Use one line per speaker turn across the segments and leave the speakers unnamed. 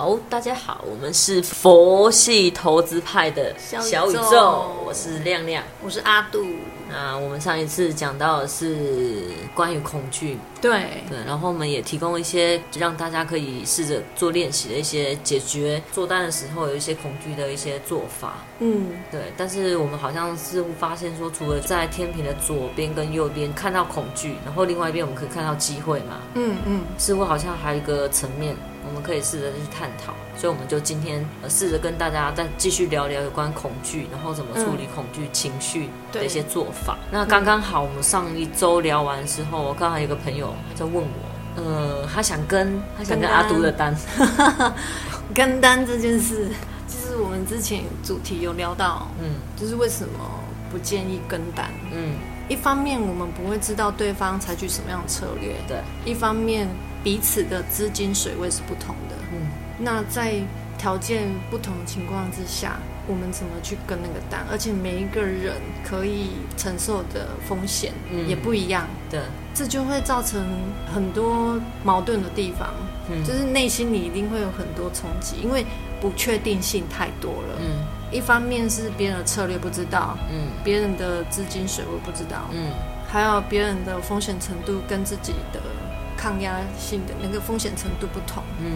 好，大家好，我们是佛系投资派的小宇
小宇
宙
宙，
我是亮亮。
我是阿杜，
那我们上一次讲到的是关于恐惧，
对
对，然后我们也提供一些让大家可以试着做练习的一些解决做单的时候有一些恐惧的一些做法。
嗯，
对，但是我们好像似乎发现说，除了在天平的左边跟右边看到恐惧，然后另外一边我们可以看到机会嘛，
嗯嗯，
似乎好像还有一个层面，我们可以试着去探讨。所以我们就今天呃试着跟大家再继续聊聊有关恐惧，然后怎么处理恐惧情绪的一些做法。那刚刚好，我们上一周聊完之后，我刚好有个朋友在问我。呃，他想跟他想跟
跟
阿
单
都的单，
跟单这件事，就是我们之前主题有聊到，
嗯
就是为什么不建议跟单。
嗯，
一方面我们不会知道对方采取什么样的策略，
对，
一方面彼此的资金水位是不同的。
嗯
那在条件不同的情况之下，我们怎么去跟那个单？而且每一个人可以承受的风险
嗯
也不一样。
对，
这就会造成很多矛盾的地方，
嗯
就是内心里一定会有很多冲击，因为不确定性太多了。
嗯
一方面是别人的策略不知道，
嗯
别人的资金水位不知道，
嗯
还有别人的风险程度跟自己的抗压性的那个风险程度不同，
嗯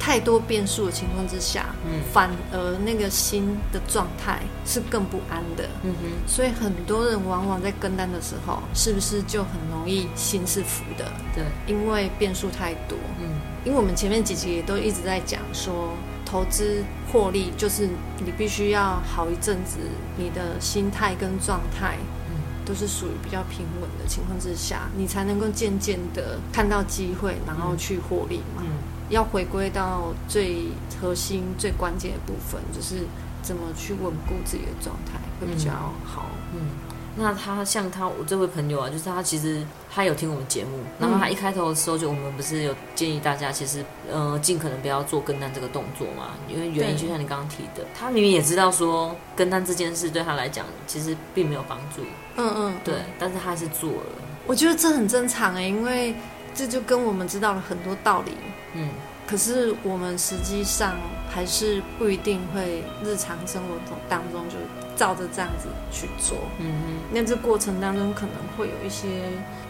太多变数的情况之下，
嗯
反而那个心的状态是更不安的。
嗯哼，
所以很多人往往在跟单的时候，是不是就很容易心是浮的？
对，
因为变数太多。
嗯
因为我们前面几集也都一直在讲说，投资获利就是你必须要好一阵子，你的心态跟状态
嗯
都是属于比较平稳的情况之下，你才能够渐渐的看到机会，然后去获利嘛。
嗯。
要回归到最核心、最关键的部分，就是怎么去稳固自己的状态会比较好。
嗯，那他像他我这位朋友啊，就是他其实他有听我们节目，然后他
嗯
一开头的时候就我们不是有建议大家，其实呃尽可能不要做跟单这个动作嘛，因为原因
对
就像你刚刚提的，他明明也知道说跟单这件事对他来讲其实并没有帮助，
嗯嗯，
对，但是他还是做了，
我觉得这很正常哎、因为这就跟我们知道了很多道理，
嗯
可是我们实际上还是不一定会日常生活中当中就照着这样子去做。
嗯
那这过程当中可能会有一些，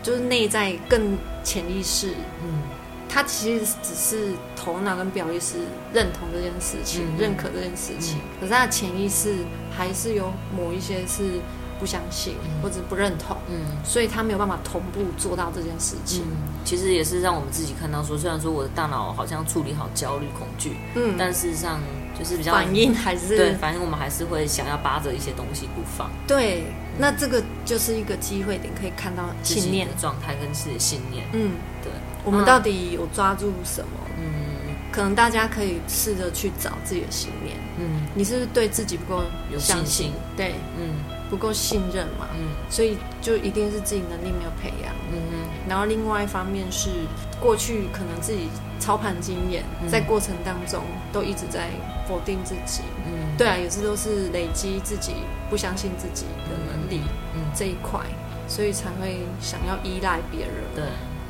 就是内在更潜意识，
嗯
他其实只是头脑跟表意识认同这件事情，
嗯
认可这件事情，
嗯
可是他的潜意识还是有某一些是不相信、
嗯
或者不认同，
嗯
所以他没有办法同步做到这件事情
嗯。，其实也是让我们自己看到说，虽然说我的大脑好像处理好焦虑恐惧，
嗯，
但事实上就是比较
反应还是
对，反正我们还是会想要扒着一些东西不放。
对，那这个就是一个机会点，可以看到
自己
信念
的。状态跟自己的信念。
嗯，
对，
我们到底有抓住什么？
嗯
可能大家可以试着去找自己的信念。
嗯
你是不是对自己不够
有信
相
心
信？对，
嗯
不够信任嘛？
嗯
所以就一定是自己能力没有培养。
嗯
然后另外一方面是过去可能自己操盘经验，
嗯
在过程当中都一直在否定自己。
嗯，
对啊，也是都是累积自己不相信自己的能力。
嗯
这一块，所以才会想要依赖别人。
对。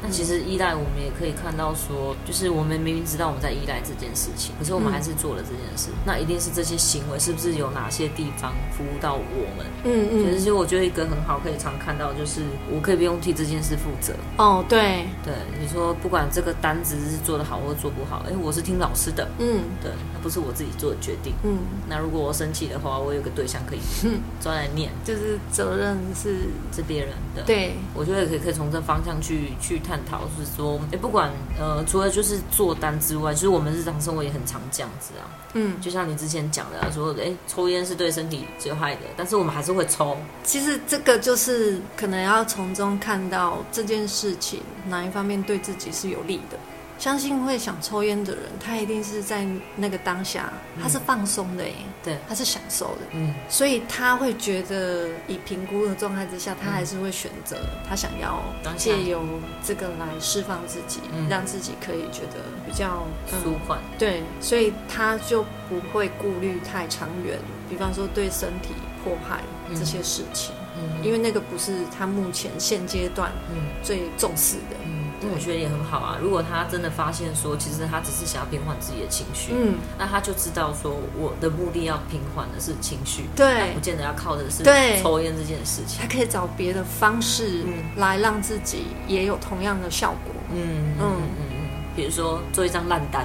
那其实依赖，我们也可以看到说，就是我们明明知道我们在依赖这件事情，可是我们
嗯
还是做了这件事。那一定是这些行为是不是有哪些地方服务到我们？
嗯
其实我觉得一个很好可以常看到，就是我可以不用替这件事负责。
哦，对，
对，你说不管这个单子是做得好或做不好，哎，我是听老师的，
嗯
对，那不是我自己做的决定。
嗯，
那如果我生气的话，我有个对象可以 抓来念，
就是责任是，
是别人的。，
对，
我觉得可以可以从这方向去去探讨，是说，哎，不管呃，除了就是做单之外，就是我们日常生活也很常这样子啊。
嗯，
就像你之前讲的、啊，说，哎，抽烟是对身体是有害的，但是我们还是会抽。
其实这个就是可能要从中看到这件事情哪一方面对自己是有利的。相信会想抽烟的人，他一定是在那个当下，他是放松的耶，
对，
他是享受的，
嗯
所以他会觉得以评估的状态之下，他还是会选择他想要
当下
借由这个来释放自己，
嗯
让自己可以觉得比较嗯
舒缓。
对，所以他就不会顾虑太长远，比方说对身体迫害
嗯
这些事情，
嗯
因为那个不是他目前现阶段
嗯
最重视的。
嗯，那我觉得也很好啊。如果他真的发现说，其实他只是想要平缓自己的情绪，
嗯，
那他就知道说我的目的要平缓的是情绪，
对
不，见得要靠的是
对
抽烟这件事情
他。可以找别的方式
嗯
来让自己也有同样的效果。
嗯嗯
嗯
嗯嗯嗯，比如说做一张烂 单，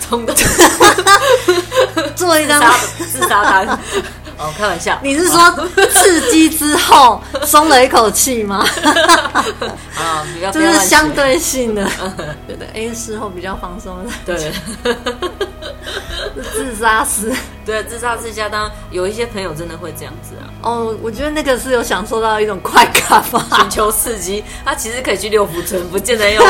冲动
做一
自
张，
嗯 杀自杀单。 哦，开玩笑，
你是说刺激之后松了一口气吗？
啊，不要
就
不要
是
乱学
相对性的，觉得哎事后比较放松，
对。
自杀式。
对，自杀自家当有一些朋友真的会这样子 啊，
哦，我觉得那个是有享受到一种快感 吧。
寻求刺激，他其实可以去六福村，不见得 用，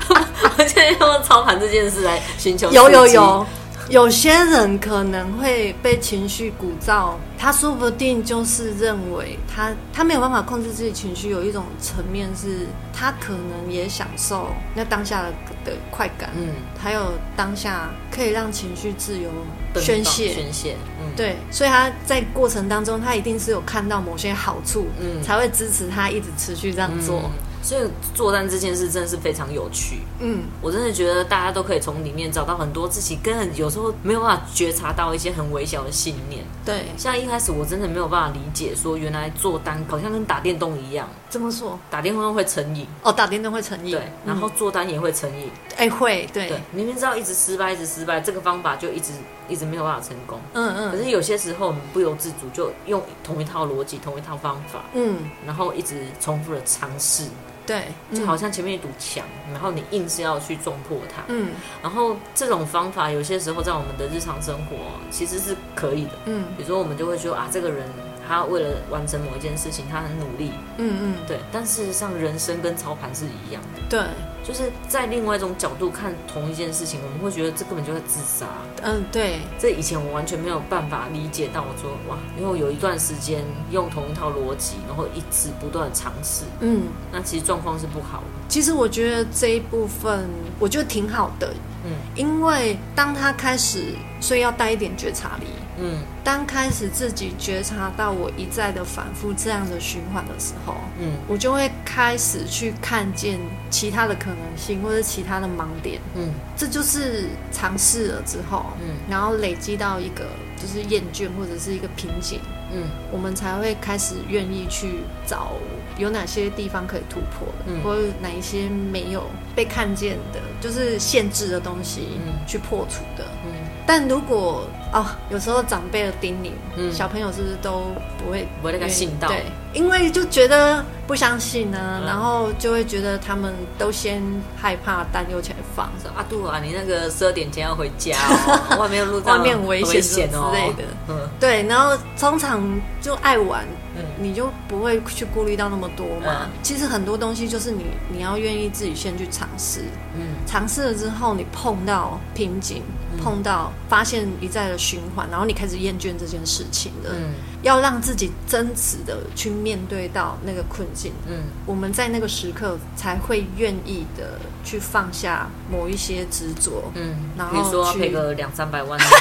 不见得用操盘这件事来寻求刺激
有有有，有些人可能会被情绪鼓噪，他说不定就是认为他他没有办法控制自己情绪，有一种层面是他可能也享受那当下的的快感，
嗯，
还有当下可以让情绪自由
奔放
宣泄。
宣泄，嗯，
对，所以他在过程当中，他一定是有看到某些好处，
嗯
才会支持他一直持续这样做。
嗯所以作战这件事真的是非常有趣，
嗯
我真的觉得大家都可以从里面找到很多自己根本有时候没有办法觉察到一些很微小的信念。
对，
像一开始我真的没有办法理解，说原来做单好像跟打电动一样，
这么说
打电动会成瘾，
哦，打电动会成瘾，
对，然后做单也会成瘾，
嗯哎、会，对，
对，明明知道一直失败，一直失败，这个方法就一直一直没有办法成功。
嗯
可
嗯
是有些时候，我们不由自主就用同一套逻辑、同一套方法，
嗯，
然后一直重复的尝试，
对，
就好像前面一堵墙，然后你硬是要去撞破它。
嗯
然后这种方法有些时候在我们的日常生活其实是可以的，
嗯
比如说我们就会说啊，这个人他为了完成某一件事情，他很努力，
嗯嗯
对。但事实上，人生跟操盘是一样的，
嗯，对，
就是在另外一种角度看同一件事情，我们会觉得这根本就在自杀。
嗯对，
这以前我完全没有办法理解到，我说哇，因为我有一段时间用同一套逻辑，然后一直不断的尝试，
嗯，
那其实状况是不好的。
其实我觉得这一部分我觉得挺好的，
嗯
因为当他开始，所以要带一点觉察力。
嗯
当开始自己觉察到我一再的反复这样的循环的时候，
嗯
我就会开始去看见其他的可能性，或者其他的盲点。
嗯
这就是尝试了之后，
嗯
然后累积到一个就是厌倦或者是一个瓶颈，
嗯
我们才会开始愿意去找有哪些地方可以突破的，
嗯
或者哪一些没有被看见的，就是限制的东西、
嗯
去破除的。
嗯，
但如果哦，有时候长辈的叮咛，
嗯
小朋友是不是都不会
不会那个信道
对，因为就觉得不相信呢、
嗯
然后就会觉得他们都先害怕担忧起来放。
说阿杜啊，你那个十二点前要回家哦，外面有路障，
外面很危险
哦
之类的。
嗯
对，然后通常就爱玩，
嗯
你就不会去顾虑到那么多嘛。
嗯
其实很多东西就是你你要愿意自己先去尝试，
嗯
尝试了之后你碰到瓶颈，碰到发现一再的循环，然后你开始厌倦这件事情了。
嗯
要让自己真实的去面对到那个困境，
嗯
我们在那个时刻才会愿意的去放下某一些执着。
嗯，
然后
比如说
去
赔个两三百万。啊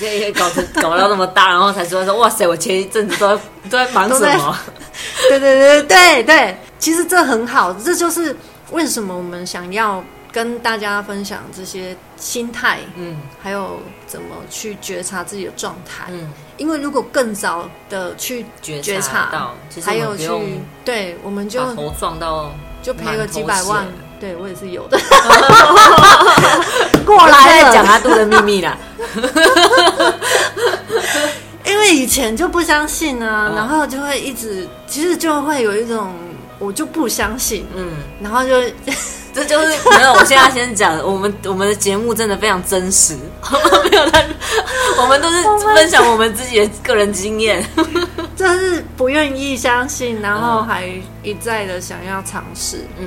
这也搞成搞到那么大，然后才说说哇塞！我前一阵子都在都在忙
都
什
在
么？
对 对对对对，其实这很好，这就是为什么我们想要跟大家分享这些心态，
嗯
还有怎么去觉察自己的状态。
嗯，
因为如果更早的去
觉
觉
察
察
到，其实
还
我
有
们不
去
用
对，我们就
把头撞到
就赔个几百
满
万
头血，
对我也是有的。 过来
在
了
讲阿杜的秘密啦。
因为以前就不相信啊，
嗯
然后就会一直，其实就会有一种我就不相信，
嗯，
然后就
这就是没有。我现在先讲，我们我们的节目真的非常真实， 没有在，我们都是分享我们自己的个人经验。
就是不愿意相信，然后
嗯
还一再的想要尝试，
嗯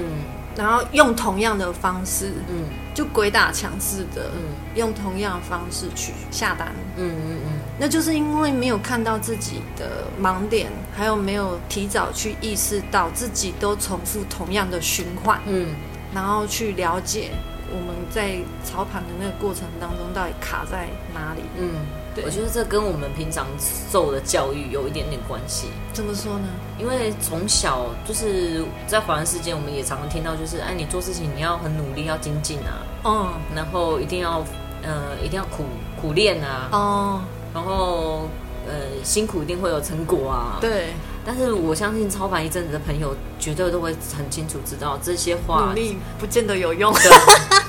然后用同样的方式，
嗯
就鬼打墙似的，
嗯
用同样的方式去下单，
嗯嗯嗯
那就是因为没有看到自己的盲点，还有没有提早去意识到自己都重复同样的循环，
嗯
然后去了解我们在操盘的那个过程当中到底卡在哪里？
嗯，
对
我觉得这跟我们平常受的教育有一点点关系。
怎么说呢？
因为从小就是在华人世界，我们也常常听到，就是哎，你做事情你要很努力，要精进啊，
哦
然后一定要呃，一定要苦苦练啊，
哦，
然后呃，辛苦一定会有成果啊。。
对，
但是我相信操盘一阵子的朋友，绝对都会很清楚知道这些话
努，力不见得有用。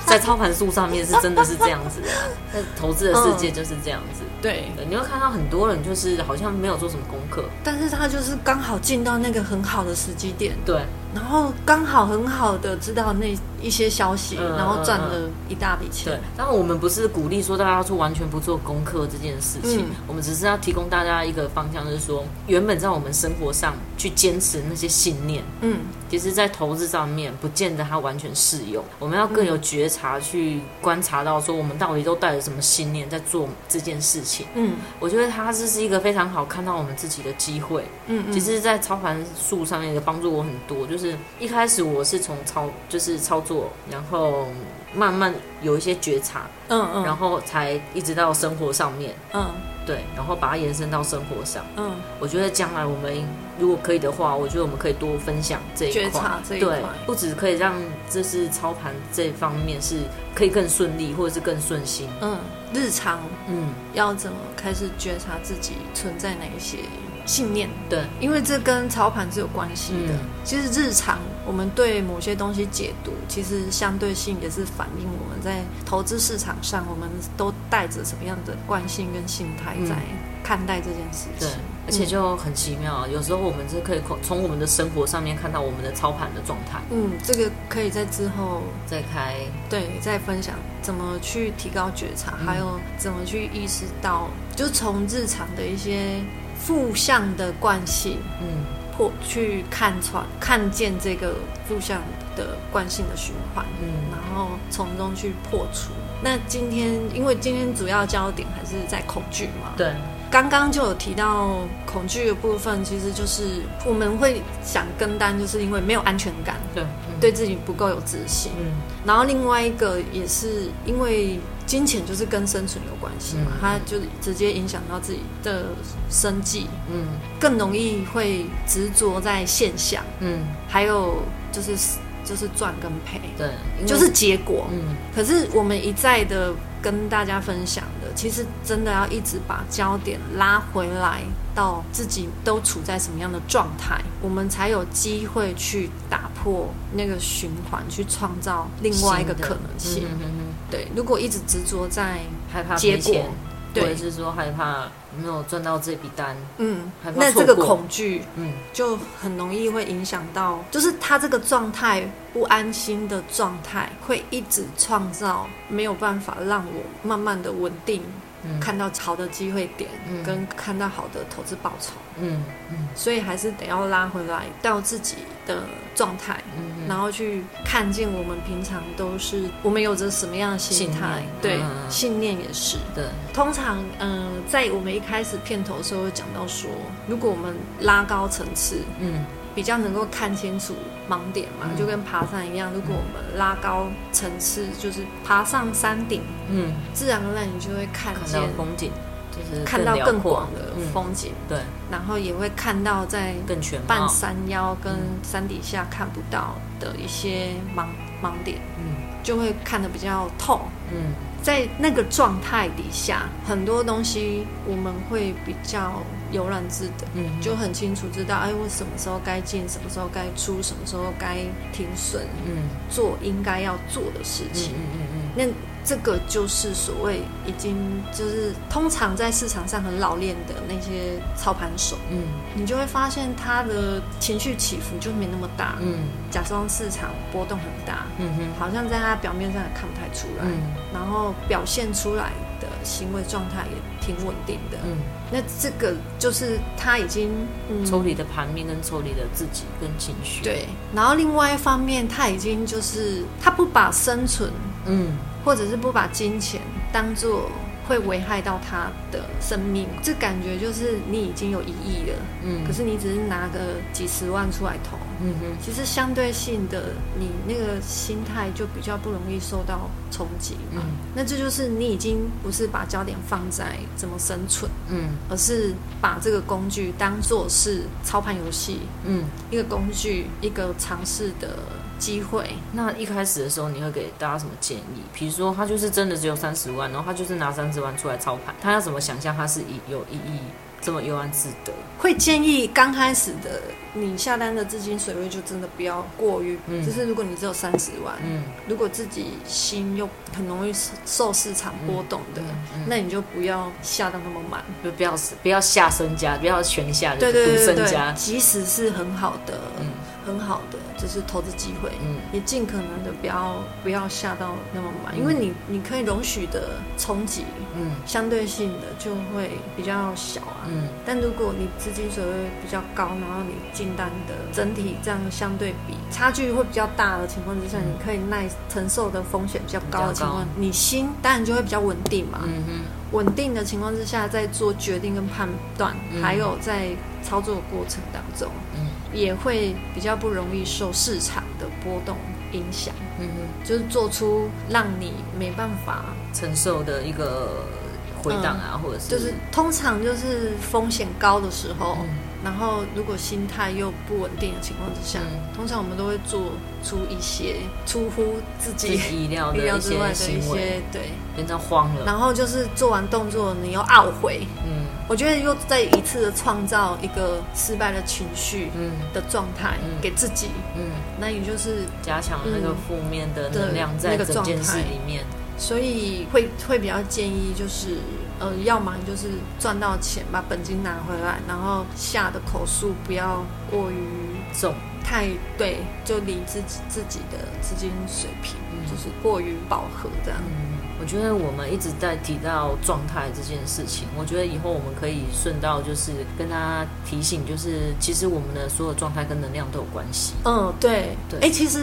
在操盘术上面是真的是这样子的、啊，在投资的世界就是这样子。
对，
对你会看到很多人就是好像没有做什么功课，
但是他就是刚好进到那个很好的时机点，
对，
然后刚好很好的知道那一些消息，
嗯
然后赚了一大笔钱
对。，但我们不是鼓励说大家做完全不做功课这件事情，
嗯
我们只是要提供大家一个方向，就是说原本在我们生活上去坚持那些信念，
嗯，
其实在投资上面不见得它完全适用。我们要更有觉察去观察到说我们到底都带着什么信念在做这件事情。
嗯
我觉得它这是一个非常好看到我们自己的机会。
嗯嗯，
其实，在操盘术上面的帮助我很多，就是一开始我是从操就是操作，然后慢慢有一些觉察，
嗯嗯，
然后才一直到生活上面，
嗯
对，然后把它延伸到生活上。
嗯
我觉得将来我们如果可以的话，我觉得我们可以多分享这一块，
觉察这一块
对，不只可以让这是操盘这方面是可以更顺利，或者是更顺心。
嗯，日常
嗯，
要怎么开始觉察自己存在哪一些信念？
对，
因为这跟操盘是有关系的。
嗯
其实日常我们对某些东西解读，其实相对性也是反映我们在投资市场上，我们都带着什么样的惯性跟心态在看待这件事
对
情。，
而且就很奇妙啊，有时候我们是可以从我们的生活上面看到我们的操盘的状态，
嗯，这个可以在之后
再开，
对再分享怎么去提高觉察，还有怎么去意识到，就从日常的一些负向的惯性。
嗯。
破去看穿、看见这个负向的惯性的循环，
嗯
然后从中去破除。那今天，因为今天主要焦点还是在恐惧嘛，
对，
刚刚就有提到恐惧的部分，其实就是我们会想跟单，就是因为没有安全感，
对，
对，自己不够有自信。
嗯，
然后另外一个也是因为金钱就是跟生存有关系嘛，
嗯
它就直接影响到自己的生计，
嗯，
更容易会执着在现象。
嗯，
还有就是就是赚跟赔，
对，因为
就是，结果。
嗯，
可是我们一再的跟大家分享的，其实真的要一直把焦点拉回来到自己都处在什么样的状态，我们才有机会去打破那个循环，去创造另外一个
新的
可能性。
嗯嗯嗯嗯
对，如果一直执着在
害怕
结
赔
果
钱，或者
对
是说害怕没有赚到这笔单，
嗯
害，怕
那
错
这个
过
恐惧
嗯
就很容易会影响到，就是他这个状态不安心的状态，会一直创造没有办法让我慢慢的稳定，
嗯，
看到好的机会点，
嗯
跟看到好的投资报酬，
嗯嗯
所以还是得要拉回来到自己的状态。
嗯
然后去看见我们平常都是我们有着什么样的心态，
信念
对、
嗯
信念也是。
对，
通常，嗯、在我们一开始片头的时候有讲到说，如果我们拉高层次，
嗯
比较能够看清楚盲点嘛，
嗯
就跟爬山一样。如果我们拉高层次，就是爬上山顶，
嗯，
自然而然你就会看
看
见
到风景就是
看到
辽
更
嗯阔
广的
嗯
风景，
对，
然后也会看到在
更全
半
貌，
山腰跟山底下看不到的一些盲盲点，
嗯
就会看得比较透。
嗯
在那个状态底下，很多东西我们会比较悠然自得。
嗯，
就很清楚知道，哎，我什么时候该进，什么时候该出，什么时候该停损，
嗯
做应该要做的事
嗯
情。
嗯
那这个就是所谓已经就是通常在市场上很老练的那些操盘手，
嗯嗯
你就会发现他的情绪起伏就没那么大，
嗯
假装市场波动很大，
嗯嗯
好像在他表面上也看不太出来，
嗯
然后表现出来的行为状态也挺稳定的。
嗯，
那这个就是他已经嗯
抽离的盘面跟抽离的自己跟情绪，，
对，然后另外一方面，他已经就是他不把生存
嗯
或者是不把金钱当做会危害到他的生命，这感觉就是你已经有一亿了，
嗯，
可是你只是拿个几十万出来投，
嗯哼，
其实相对性的，你那个心态就比较不容易受到冲击嘛。
嗯
那这就是你已经不是把焦点放在怎么生存，
嗯
而是把这个工具当做是操盘游戏，
嗯。
一个工具，一个尝试的机会。
那一开始的时候，你会给大家什么建议？比如说，他就是真的只有三十万，然后他就是拿三十万出来操盘，他要怎么想象他是以有意义、这么悠然自得？
会建议刚开始的你下单的资金水位就真的不要过于，
嗯
就是如果你只有三十万，
嗯，
如果自己心又很容易受市场波动的，
嗯
那你就不要下到那么满。
就不要不要下身家，不要全下，就
对
是
对
独
对对
身
对，
家。
即使是很好的，
嗯
很好的就是投资机会，
嗯
也尽可能的不要不要下到那么满，
嗯
因为你你可以容许的冲击
嗯
相对性的就会比较小啊。
嗯
但如果你资金水位比较高，然后你进单的整体这样相对比差距会比较大的情况之下，
嗯
你可以耐承受的风险比较高的
比
情
较高
况，你心当然就会比较稳定嘛。
嗯哼
稳定的情况之下，在做决定跟判断，
嗯
还有在操作过程当中，
嗯
也会比较不容易受市场的波动影响，
嗯
就是做出让你没办法
哼，承受的一个回档啊，或者是
就是通常就是风险高的时候，
嗯
然后如果心态又不稳定的情况之下，
嗯
通常我们都会做出一些出乎自
自
己
己意料
意
的
料
一
之外
些
的一
行为，嗯
些对，
变成慌了。
然后就是做完动作你又懊悔，
嗯
我觉得又再一次的创造一个失败的情绪
嗯
的状态、
嗯
给自己，
嗯，
那也就是
加强那个负面的能量
嗯
在
对那个
整件事
状态
里面。
所以会会比较建议就是，呃，要么你就是赚到钱把本金拿回来，然后下的口数不要过于
重，
太对，就离自己自己的资金水平、
嗯
就是过于饱和这样。
嗯，我觉得我们一直在提到状态这件事情，我觉得以后我们可以顺道就是跟大家提醒，就是其实我们的所有状态跟能量都有关系。
嗯，对
对
哎、其实。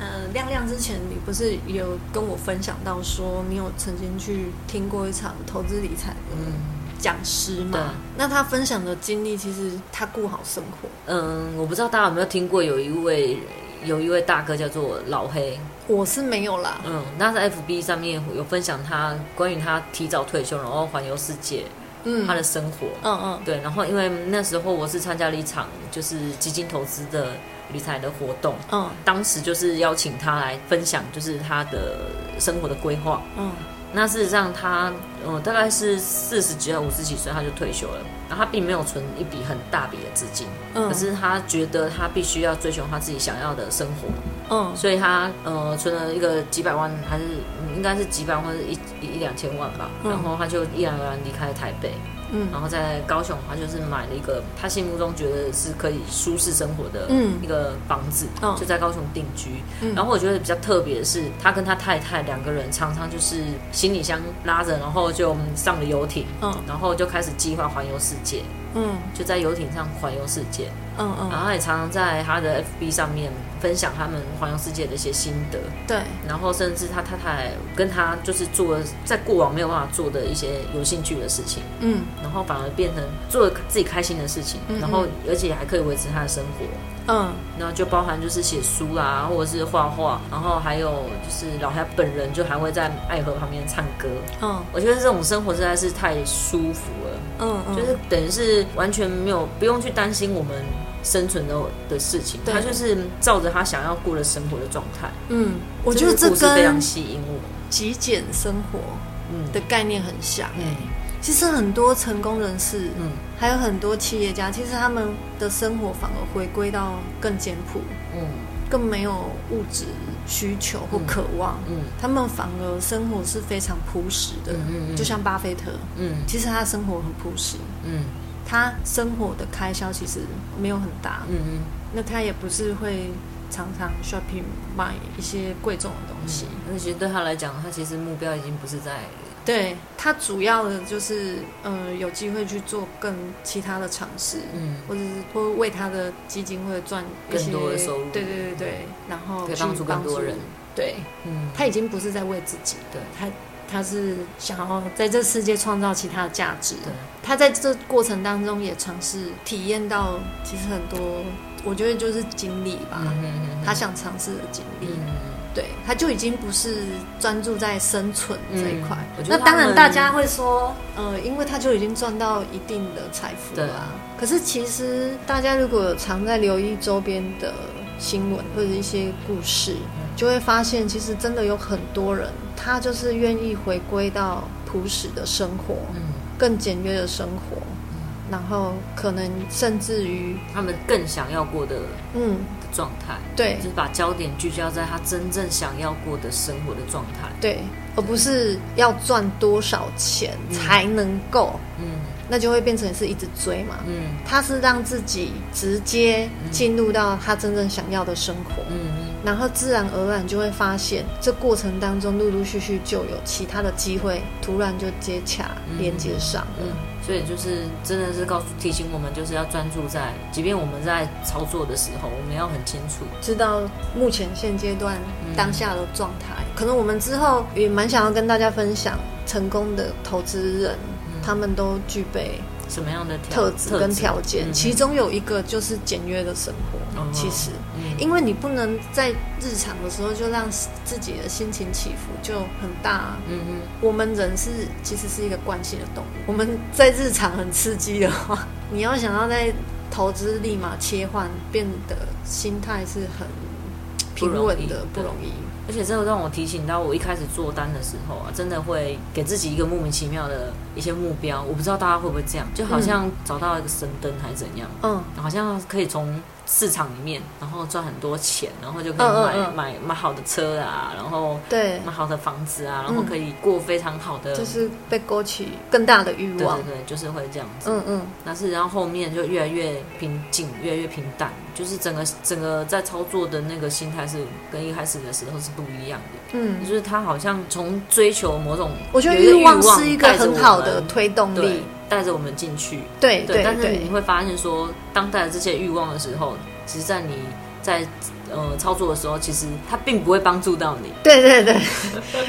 呃，亮亮之前你不是有跟我分享到说，你有曾经去听过一场投资理财的
嗯
讲师
对
嘛？那他分享的经历，其实他顾好生活，
嗯，我不知道大家有没有听过，有一位有一位大哥叫做老黑，
我是没有啦。
嗯，那在 FB 上面有分享他关于他提早退休，然后环游世界
嗯，
他的生活。
嗯嗯，
对，然后因为那时候我是参加了一场就是基金投资的理财的活动，
嗯
当时就是邀请他来分享，就是他的生活的规划。
嗯
那事实上他，呃，大概是四十几到五十几岁他就退休了，然后他并没有存一笔很大笔的资金，
嗯，
可是他觉得他必须要追求他自己想要的生活，
嗯
所以他呃存了一个几百万，还是嗯应该是几百万或者一一一两千万吧，
嗯
然后他就毅然而然离开了台北，
嗯
然后在高雄他就是买了一个他心目中觉得是可以舒适生活的
嗯
一个房子，
嗯
就在高雄定居。
嗯
然后我觉得比较特别的是，他跟他太太两个人常常就是行李箱拉着，然后就上了游艇，
嗯
然后就开始计划环游世界，
嗯
就在游艇上环游世界。
嗯
然
嗯，
后他也常常在他的 FB 上面分享他们环游世界的一些心得，
对，
然后甚至他太太跟他就是做了在过往没有办法做的一些有兴趣的事情，
嗯
然后反而变成做自己开心的事情，
嗯嗯
然后而且还可以维持他的生活。
嗯
然后就包含就是写书啦，或者是画画，然后还有就是老太本人就还会在爱河旁边唱歌。
嗯
我觉得这种生活实在是太舒服了，
嗯，
就是等于是完全没有不用去担心我们生存的的事情，
对
他就是照着他想要过的生活的状态。
嗯，我觉得这
故事非常
跟
吸引我。
极简生活
嗯，
的概念很像。
嗯
其实很多成功人士，
嗯
还有很多企业家，其实他们的生活反而回归到更简朴，
嗯
更没有物质需求或渴望。
嗯
他们反而生活是非常朴实的，
嗯嗯
就像巴菲特，
嗯
其实他生活很朴实，
嗯
他生活的开销其实没有很大，
嗯嗯，
那他也不是会常常 shopping 买一些贵重的东西。
那其实对他来讲，他其实目标已经不是在
对他主要的就是，呃，有机会去做更其他的尝试，
嗯
或者是会为他的基金会赚一些
更多的收入
对对对对，然后
可以
去
嗯帮助更多人。
对
嗯，
他已经不是在为自己，
对
他他是想要在这世界创造其他的价值。
对。
他在这过程当中也尝试体验到，其实很多我觉得就是经历吧，
嗯嗯
他想尝试的经历。
嗯，
对，他就已经不是专注在生存这一块。
嗯我觉
那
得
当
他
然，
们嗯
大家会说，呃，因为他就已经赚到一定的财富
对
了、啊。可是其实大家如果常在留意周边的新闻或者一些故事，就会发现，其实真的有很多人，他就是愿意回归到朴实的生活，
嗯
更简约的生活，然后可能甚至于，
嗯他们更想要过的
嗯，
的状态，
对
就是把焦点聚焦在他真正想要过的生活的状态。
对，而不是要赚多少钱
嗯
才能够。
嗯
那就会变成是一直追嘛。
嗯
他是让自己直接进入到他真正想要的生活，
嗯
然后自然而然就会发现，这过程当中陆陆续续就有其他的机会，突然就接洽
嗯
连接上了。
嗯，所以就是真的是告诉提醒我们，就是要专注在，即便我们在操作的时候，我们要很清楚。
知道目前现阶段
嗯
当下的状态，可能我们之后也蛮想要跟大家分享成功的投资人，
嗯
他们都具备
什么样的条
特质跟条件，
嗯
其中有一个就是简约的生活。
嗯
其实，
嗯
因为你不能在日常的时候就让自己的心情起伏就很大、
嗯嗯，
我们人是其实是一个惯性的动物，我们在日常很刺激的话， 你要想要在投资立马切换，变得心态是很平稳的，
不
不
容
容易。
而且这让我提醒到，我一开始做单的时候啊，真的会给自己一个莫名其妙的一些目标。我不知道大家会不会这样，就好像找到一个神灯还是怎样，
嗯，
好像可以从市场里面，然后赚很多钱，然后就可以
嗯嗯
买、
嗯
买买好的车啊，然后
对，
买好的房子啊，然后
嗯
可以过非常好的，
就是被勾起更大的欲
对
望
对。对，就是会这样子。
嗯嗯，
但是然后后面就越来越平静，越来越平淡，就是整个整个在操作的那个心态是跟一开始的时候是不一样的。
嗯，
就是他好像从追求某种，
我觉得
有一个
欲
欲
望是一个很好
带着
的推动
我们对
力。，
带着我们进去。
对对
但是
对
你，会发现说，当带着这些欲望的时候，其实在你在呃操作的时候，其实它并不会帮助到你。
对对 对，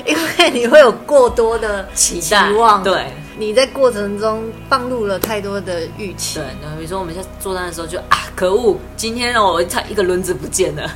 因为你会有过多的期
期待
望，
对
你在过程中放入了太多的预期
对，，那比如说我们在做单的时候就啊，可恶，今天哦我差一个轮子不见了。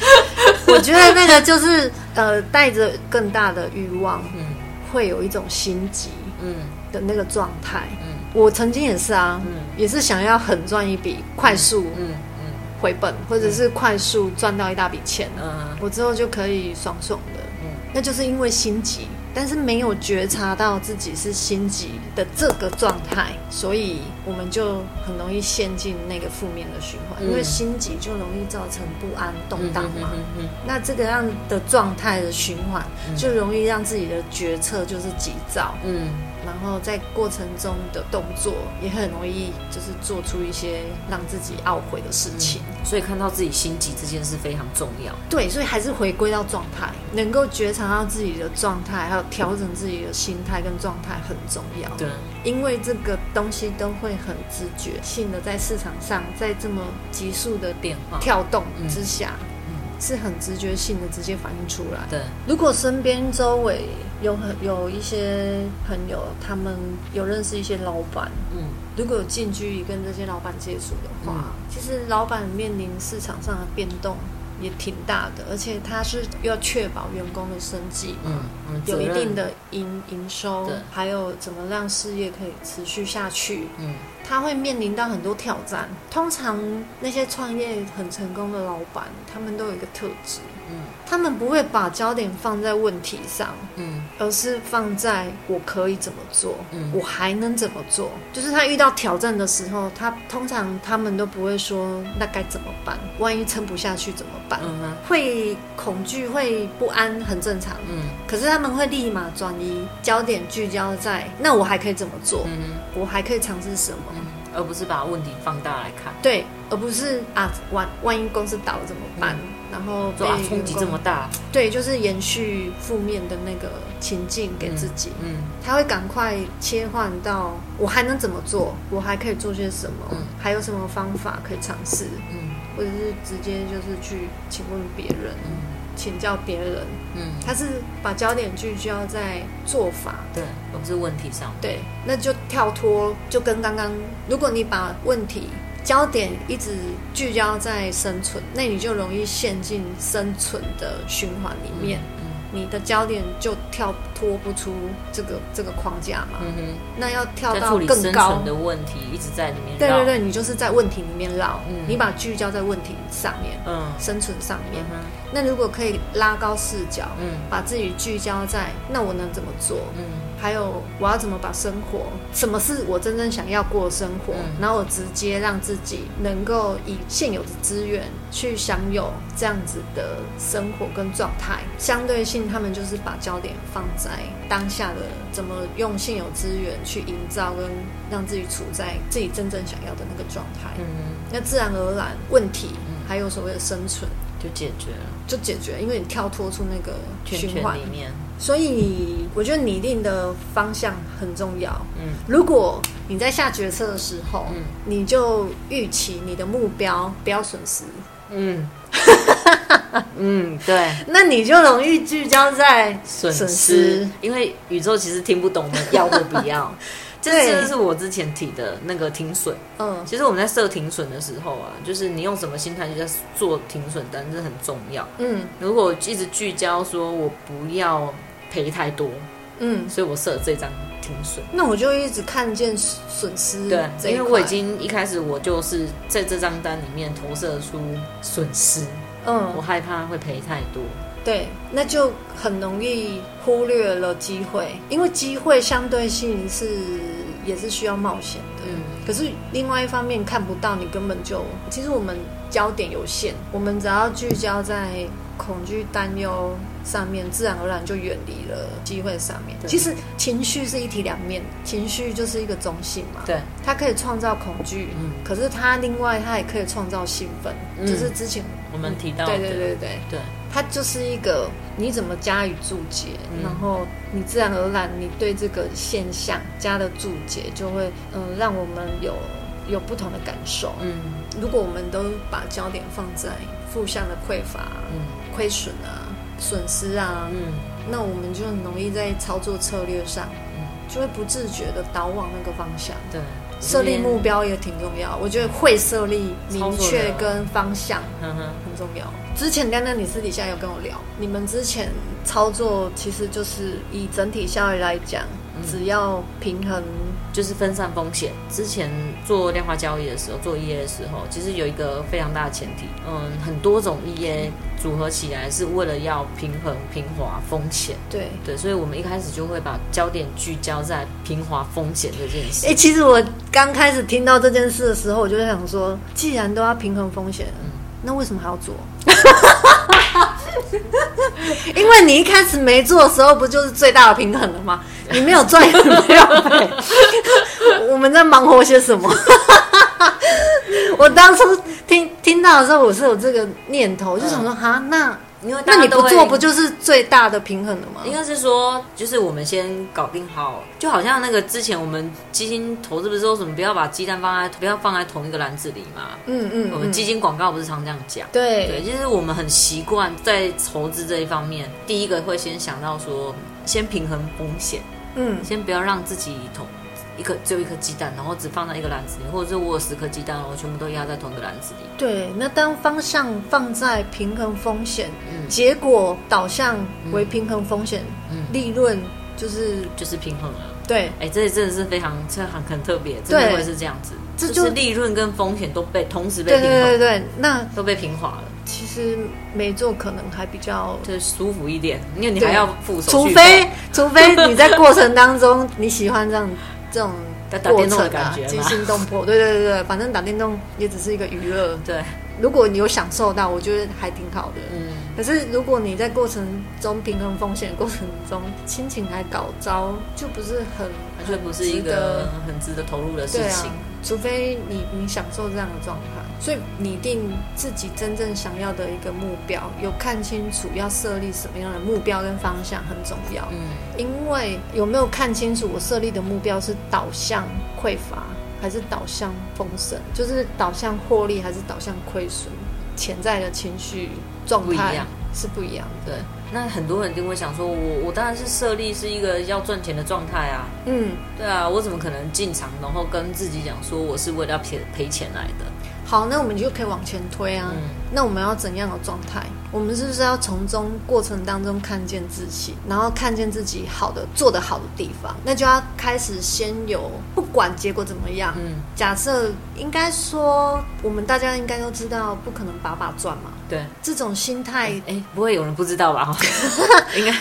我觉得那个就是呃，带着更大的欲望，
嗯
会有一种心急
嗯
的那个状态。
嗯
我曾经也是啊，
嗯
也是想要很赚一笔，快速
嗯嗯
回本，或者是快速赚到一大笔钱，啊
嗯
我之后就可以爽爽的。
嗯
那就是因为心急，但是没有觉察到自己是心急的这个状态，所以我们就很容易陷进那个负面的循环，
嗯
因为心急就容易造成不安动
嗯，
荡嘛。
嗯嗯
那这个样的状态的循环，
嗯
就容易让自己的决策就是急躁，
嗯
然后在过程中的动作也很容易就是做出一些让自己懊悔的事情。
嗯，所以看到自己心急这件事非常重要。
对，所以还是回归到状态，能够觉察到自己的状态，还有调整自己的心态跟状态很重要。
对，
因为这个东西都会很直觉性的在市场上，在这么急速的
变化。
跳动
嗯
之下，
嗯，
是很直觉性的直接反映出来。
对，
如果身边周围有很有一些朋友，他们有认识一些老板，
嗯
如果有近距离跟这些老板接触的话，
嗯
其实老板面临市场上的变动也挺大的，而且他是要确保员工的生计。
嗯嗯，
有
责
一
任
定，的营营收
对，
还有怎么让事业可以持续下去，
嗯
他会面临到很多挑战。通常那些创业很成功的老板，他们都有一个特质，
嗯
他们不会把焦点放在问题上，
嗯
而是放在我可以怎么做，
嗯
我还能怎么做。就是他遇到挑战的时候，他通常他们都不会说那该怎么办，万一撑不下去怎么办？
嗯哼
会恐惧，会不安，很正常。
嗯
可是他们会立马转移焦点，聚焦在那我还可以怎么做，
嗯
我还可以尝试什么。
嗯，而不是把问题放大来看，
对，而不是啊，万万一公司倒了怎么办？然后被
说啊
员
冲击这
工
么大，
对，就是延续负面的那个情境给自己，
嗯
他会赶快切换到我还能怎么做，我还可以做些什么，
嗯
还有什么方法可以尝试，
嗯
或者是直接就是去请问别人，
嗯
请教别人。
嗯，
他是把焦点聚焦在做法，
对，而不是问题上，
对，那就跳脱，就跟刚刚，如果你把问题焦点一直聚焦在生存，那你就容易陷进生存的循环里面，
嗯
你的焦点就跳脱不出这个这个框架嘛。
嗯哼，
那要跳
在
到
处理
更
生
高
存的问题一直在里面
对
绕
对对，你就是在问题里面绕，
嗯
你把聚焦在问题上面，
嗯
生存上面
嗯。哼
那如果可以拉高视角，
嗯
把自己聚焦在那我能怎么做，
嗯
还有我要怎么把生活，什么是我真正想要过的生活，
嗯
然后我直接让自己能够以现有的资源去享有这样子的生活跟状态。相对性，他们就是把焦点放在当下的怎么用现有资源去营造跟让自己处在自己真正想要的那个状态。
嗯，
那自然而然，问题
嗯
还有所谓的生存
就解决了
就解决，因为你跳脱出那个
圈
循
圈
环
里。面，
所以我觉得拟定的方向很重要。
嗯
如果你在下决策的时候，
嗯
你就预期你的目标不要损失，
嗯 嗯，对。
那你就容易聚焦在
损失，
损失
因为宇宙其实听不懂我们要或不要。这
对
就是我之前提的那个停损。
嗯
其实我们在设停损的时候啊，就是你用什么心态去在做停损单，这很重要。
嗯
如果一直聚焦说我不要赔太多，
嗯。
所以我设了这张停损。
那我就一直看见损失
对，
嗯
啊
这一
因为
块
我已经一开始我就是在这张单里面投射出损失，我
嗯
害怕会赔太多。
对，那就很容易忽略了机会，因为机会相对性是也是需要冒险的。
嗯
可是另外一方面看不到，你根本就其实我们焦点有限，我们只要聚焦在恐惧、担忧上面，自然而然就远离了机会上面。
对
其实情绪是一体两面，情绪就是一个中性嘛，
对，
它可以创造恐惧，
嗯
可是它另外它也可以创造兴奋，
嗯
就是之前
我们提到的，
对对对对。
对
它就是一个你怎么加以注解，
嗯
然后你自然而然你对这个现象加的注解，就会嗯、呃让我们有有不同的感受。
嗯
如果我们都把焦点放在负向的匮乏、
嗯
亏损啊、损失啊，
嗯
那我们就很容易在操作策略上
嗯，
就会不自觉的导往那个方向。
对，
设立
连
目标也挺重要，我觉得会设立
操
明
作
确
的
跟方向
嗯哼，
很重要。之前丹丹你私底下有跟我聊，你们之前操作其实就是以整体效益来讲，只要平衡，
就是分散风险。之前做量化交易的时候，做 EA 的时候，其实有一个非常大的前提，嗯，很多种 EA 组合起来是为了要平衡平滑风险。
对。
对，所以我们一开始就会把焦点聚焦在平滑风险这件
哎、
事。
其实我刚开始听到这件事的时候，我就在想说，既然都要平衡风险了，那为什么还要做？ 因为你一开始没做的时候，不就是最大的平衡了吗？你没有赚，也没有赔， 我们在忙活些什么？ 我当初听听到的时候，我是有这个念头，就想说，哈，那
因为大
那
家
你
都
不
会
做，不就是最大的平衡了吗？
应该是说，就是我们先搞定好，就好像那个之前我们基金投资不是说什么不要把鸡蛋放在不要放在同一个篮子里嘛？
嗯嗯，
我们
嗯
基金广告不是常这样讲。对，
对
就是我们很习惯在投资这一方面，第一个会先想到说，先平衡风险，
嗯
先不要让自己投一个只有一颗鸡蛋，然后只放在一个篮子里，或者是我有十颗鸡蛋，我全部都压在同一个篮子里。
对，那当方向放在平衡风险，
嗯
结果导向为平衡风险，
嗯，
利润就是
就是平衡了。
对
哎，这真的是非常这很很特别，真
对
的会是这样子，
这
就是
就
利润跟风险都被同时被
对对
平
对
衡，
对。那
都被平滑了，
其实没做可能还比较，
就舒服一点，因为你
对
还要付手续
除
费
非除非你在过程当中你喜欢这样这种
在打
过
电动
程
的
啊
感觉，
惊
嘛，
心动魄。对对对对，反正打电动也只是一个娱乐，
对，
如果你有享受到，我觉得还挺好的。
嗯。
可是如果你在过程中平衡风险的过程中，心情还搞糟，就不是很
完全不是一个很值得投入的
很
事
值得对
情
啊。，除非你你享受这样的状态，所以拟定自己真正想要的一个目标，有看清楚要设立什么样的目标跟方向很重要。
嗯
因为有没有看清楚我设立的目标是导向匮乏，还是导向丰盛，就是导向获利还是导向亏损，潜在的情绪状
不一
态
样
是不一样的。
对，那很多人一定会想说，我我当然是设立是一个要赚钱的状态啊，
嗯，
对啊，我怎么可能进场然后跟自己讲说我是为了要赔赔钱来的？
好，那我们就可以往前推啊。
嗯
那我们要怎样的状态？我们是不是要从中过程当中看见自己，然后看见自己好的做得好的地方？那就要开始先有，不管结果怎么样。
嗯，
假设应该说，我们大家应该都知道，不可能把把赚嘛。
对。
这种心态，
哎，不会有人不知道吧？ 哈应该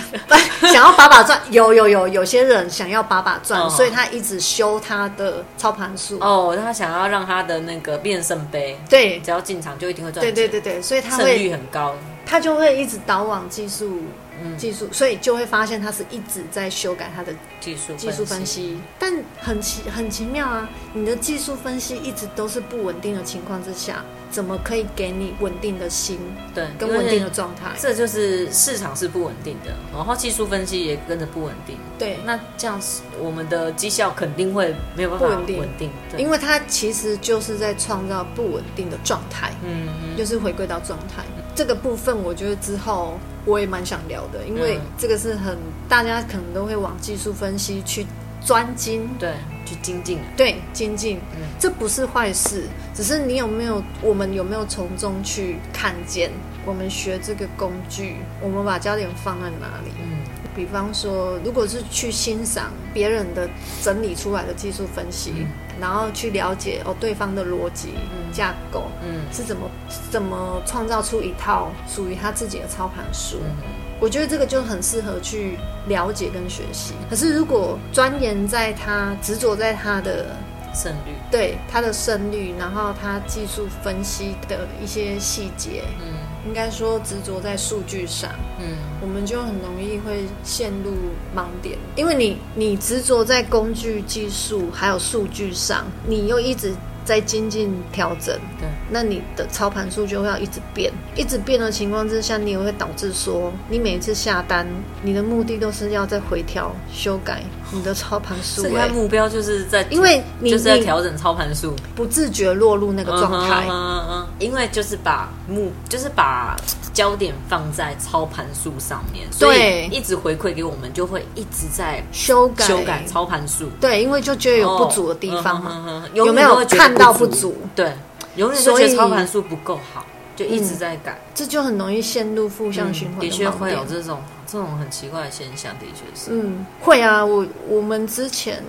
想要把把赚， 有有有，有些人想要把把赚，
哦
所以他一直修他的操盘术。
哦，他想要让他的那个变胜杯，
对
只要进场就一定会赚
对
钱，
对对对，所以他
胜
会
率很高。
他就会一直导往技术
嗯，
技术，所以就会发现他是一直在修改他的
技术
技术分，析，但很奇很奇妙啊！你的技术分析一直都是不稳定的情况之下，怎么可以给你稳定的心
对，
跟
因为
稳定的状态？
这就是市场是不稳定的，然后技术分析也跟着不稳定。
对，
那这样是我们的绩效肯定会没有办法
不稳定
对，
因为它其实就是在创造不稳定的状态，
嗯嗯
就是回归到状态这个部分，我觉得之后我也蛮想聊的，因为
嗯
这个是很大家可能都会往技术分析去专精，
对，去精进啊。
对，精进，
嗯
这不是坏事，只是你有没有，我们有没有从中去看见，我们学这个工具，我们把焦点放在哪里？
嗯
比方说，如果是去欣赏别人的整理出来的技术分析，
嗯
然后去了解哦对方的逻辑、
嗯
架构
嗯
是怎么怎么创造出一套属于他自己的操盘术。
嗯，
我觉得这个就很适合去了解跟学习。可是如果钻研在他执着在他的
胜率，
对他的胜率，然后他技术分析的一些细节，
嗯
应该说执着在数据上，
嗯
我们就很容易会陷入盲点，因为你你执着在工具、技术还有数据上，你又一直在精进调整，
对，
那你的操盘数就会要一直变，一直变的情况之下，你也会导致说，你每一次下单，你的目的都是要再回调、修改你的操盘数、
所以他
欸，
目标就是在
因为你
就是在
你
调整操盘数
哎不自觉落入那个状
嗯
态。
哼嗯哼嗯哼因为就是把目就是把焦点放在操盘数上面，所以
对
一直回馈给我们，就会一直在
修改
修改操盘数。
对，因为就觉得有不足的地方嘛。
嘛，哦嗯哼
有没有看到不足？
对，永远就
所
觉
以
得操盘数不够好，就一直在改，
这就很容易陷入负向循环、
嗯的确会有。这种这种很奇怪的现象，的确是。
嗯，会啊，我我们之前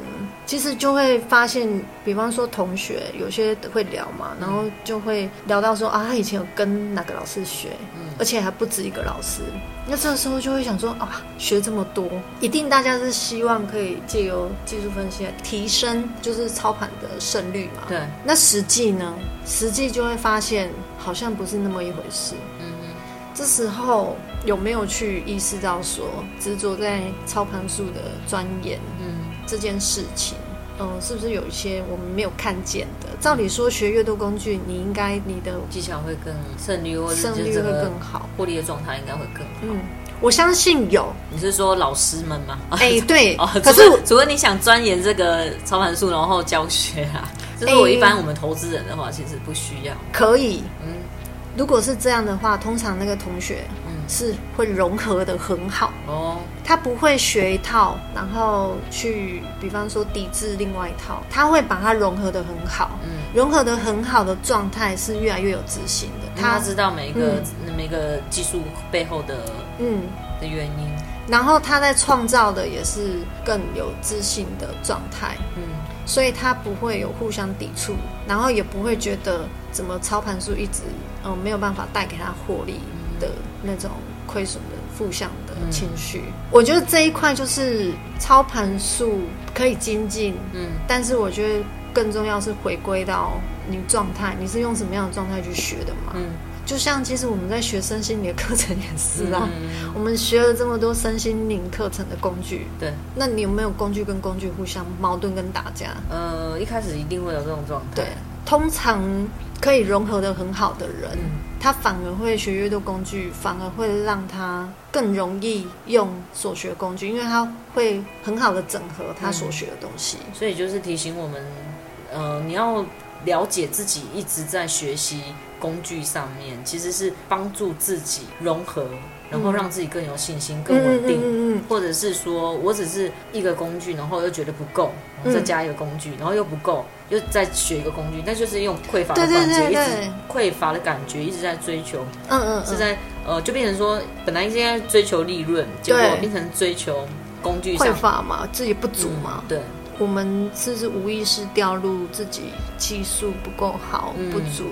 其实就会发现，比方说同学有些会聊
嗯
嘛，然后就会聊到说啊，他以前有跟哪个老师学，
嗯
而且还不止一个老师。那这个时候就会想说啊，学这么多，一定大家是希望可以借由技术分析来提升，就是操盘的胜率嘛。
对，
那实际呢？实际就会发现好像不是那么一回事。
嗯
这时候有没有去意识到说执着在操盘术的钻研
嗯
这件事情？嗯，是不是有一些我们没有看见的？照理说，学阅读工具，你应该你的
技巧会更胜率，或者
胜
就
率
是整
会
个
更好。
获利的状态应该会更好。
嗯，我相信有。
你是说老师们吗？
哎、 对，
哦，
可
可
是
是
我
除非你想钻研这个操盘术，然后教学啊，就是我一般我们投资人的话，其实不需要。
可以。
嗯
如果是这样的话，通常那个同学
嗯，
是会融合的很好。
哦，
他不会学一套，然后去，比方说抵制另外一套，他会把它融合的很好，
嗯，
融合的很好的状态是越来越有自信的。
他
他，
知道每一个、每个技术背后的
嗯，
的原因。
然后他在创造的也是更有自信的状态，
嗯。
所以他不会有互相抵触，然后也不会觉得怎么操盘术一直嗯、呃没有办法带给他获利的那种亏损的负向的情绪。我觉得这一块就是操盘术可以精进，
嗯
但是我觉得更重要是回归到你状态，你是用什么样的状态去学的嘛？
嗯，
就像其实我们在学身心灵的课程也是啊，
嗯
我们学了这么多身心灵课程的工具，
对，
那你有没有工具跟工具互相矛盾跟打架？
呃，一开始一定会有这种状态。
对，通常可以融合的很好的人，
嗯
他反而会学阅读工具，反而会让他更容易用所学工具，因为他会很好的整合他
嗯
所学的东西。
所以就是提醒我们，呃，你要了解自己一直在学习工具上面，其实是帮助自己融合然后让自己更有信心、更稳定。
嗯嗯
或者是说我只是一个工具，然后又觉得不够，然后再加一个工具，然后又不够，又再学一个工具，但就是用匮乏的
对对
感觉，
对
一
对
直匮乏的感觉，一直在追求，
嗯嗯
是在呃，就变成说本来应该追求利润，结果
对
变成追求工具上
匮乏嘛，自己不足嘛
嗯，对，
我们是不是无意识掉入自己技术不够好、
嗯
不足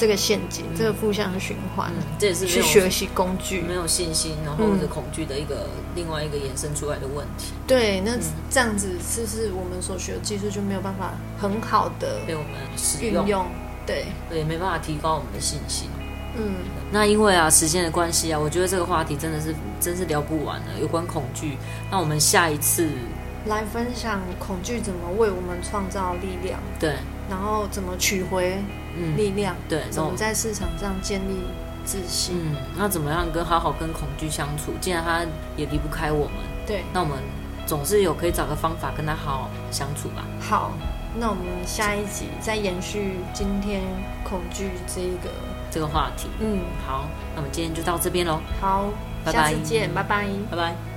这个陷阱，这个负向循环
嗯，，这也是没
去
有
学嗯习工具
没。有信心，然后或者恐惧的一个、另外一个衍生出来的问题，
对，
嗯
那这样子是不是我们所学的技术就没有办法很好的
被我们使
运
用，
用？对，
也没办法提高我们的信心。
嗯，
那因为啊时间的关系啊，我觉得这个话题真的是真是聊不完了，有关恐惧。那我们下一次
来分享恐惧怎么为我们创造力量，
对，
然后怎么取回
嗯，
力量，
对，那
怎
我
么在市场上建立自信。
嗯，那怎么样跟好好跟恐惧相处？既然它也离不开我们，
对，
那我们总是有可以找个方法跟它好好相处吧。
好，那我们下一集再延续今天恐惧这一个，
这个话题，
嗯，
好，那我们今天就到这边喽，
好，
拜拜
下次见，拜拜
拜拜。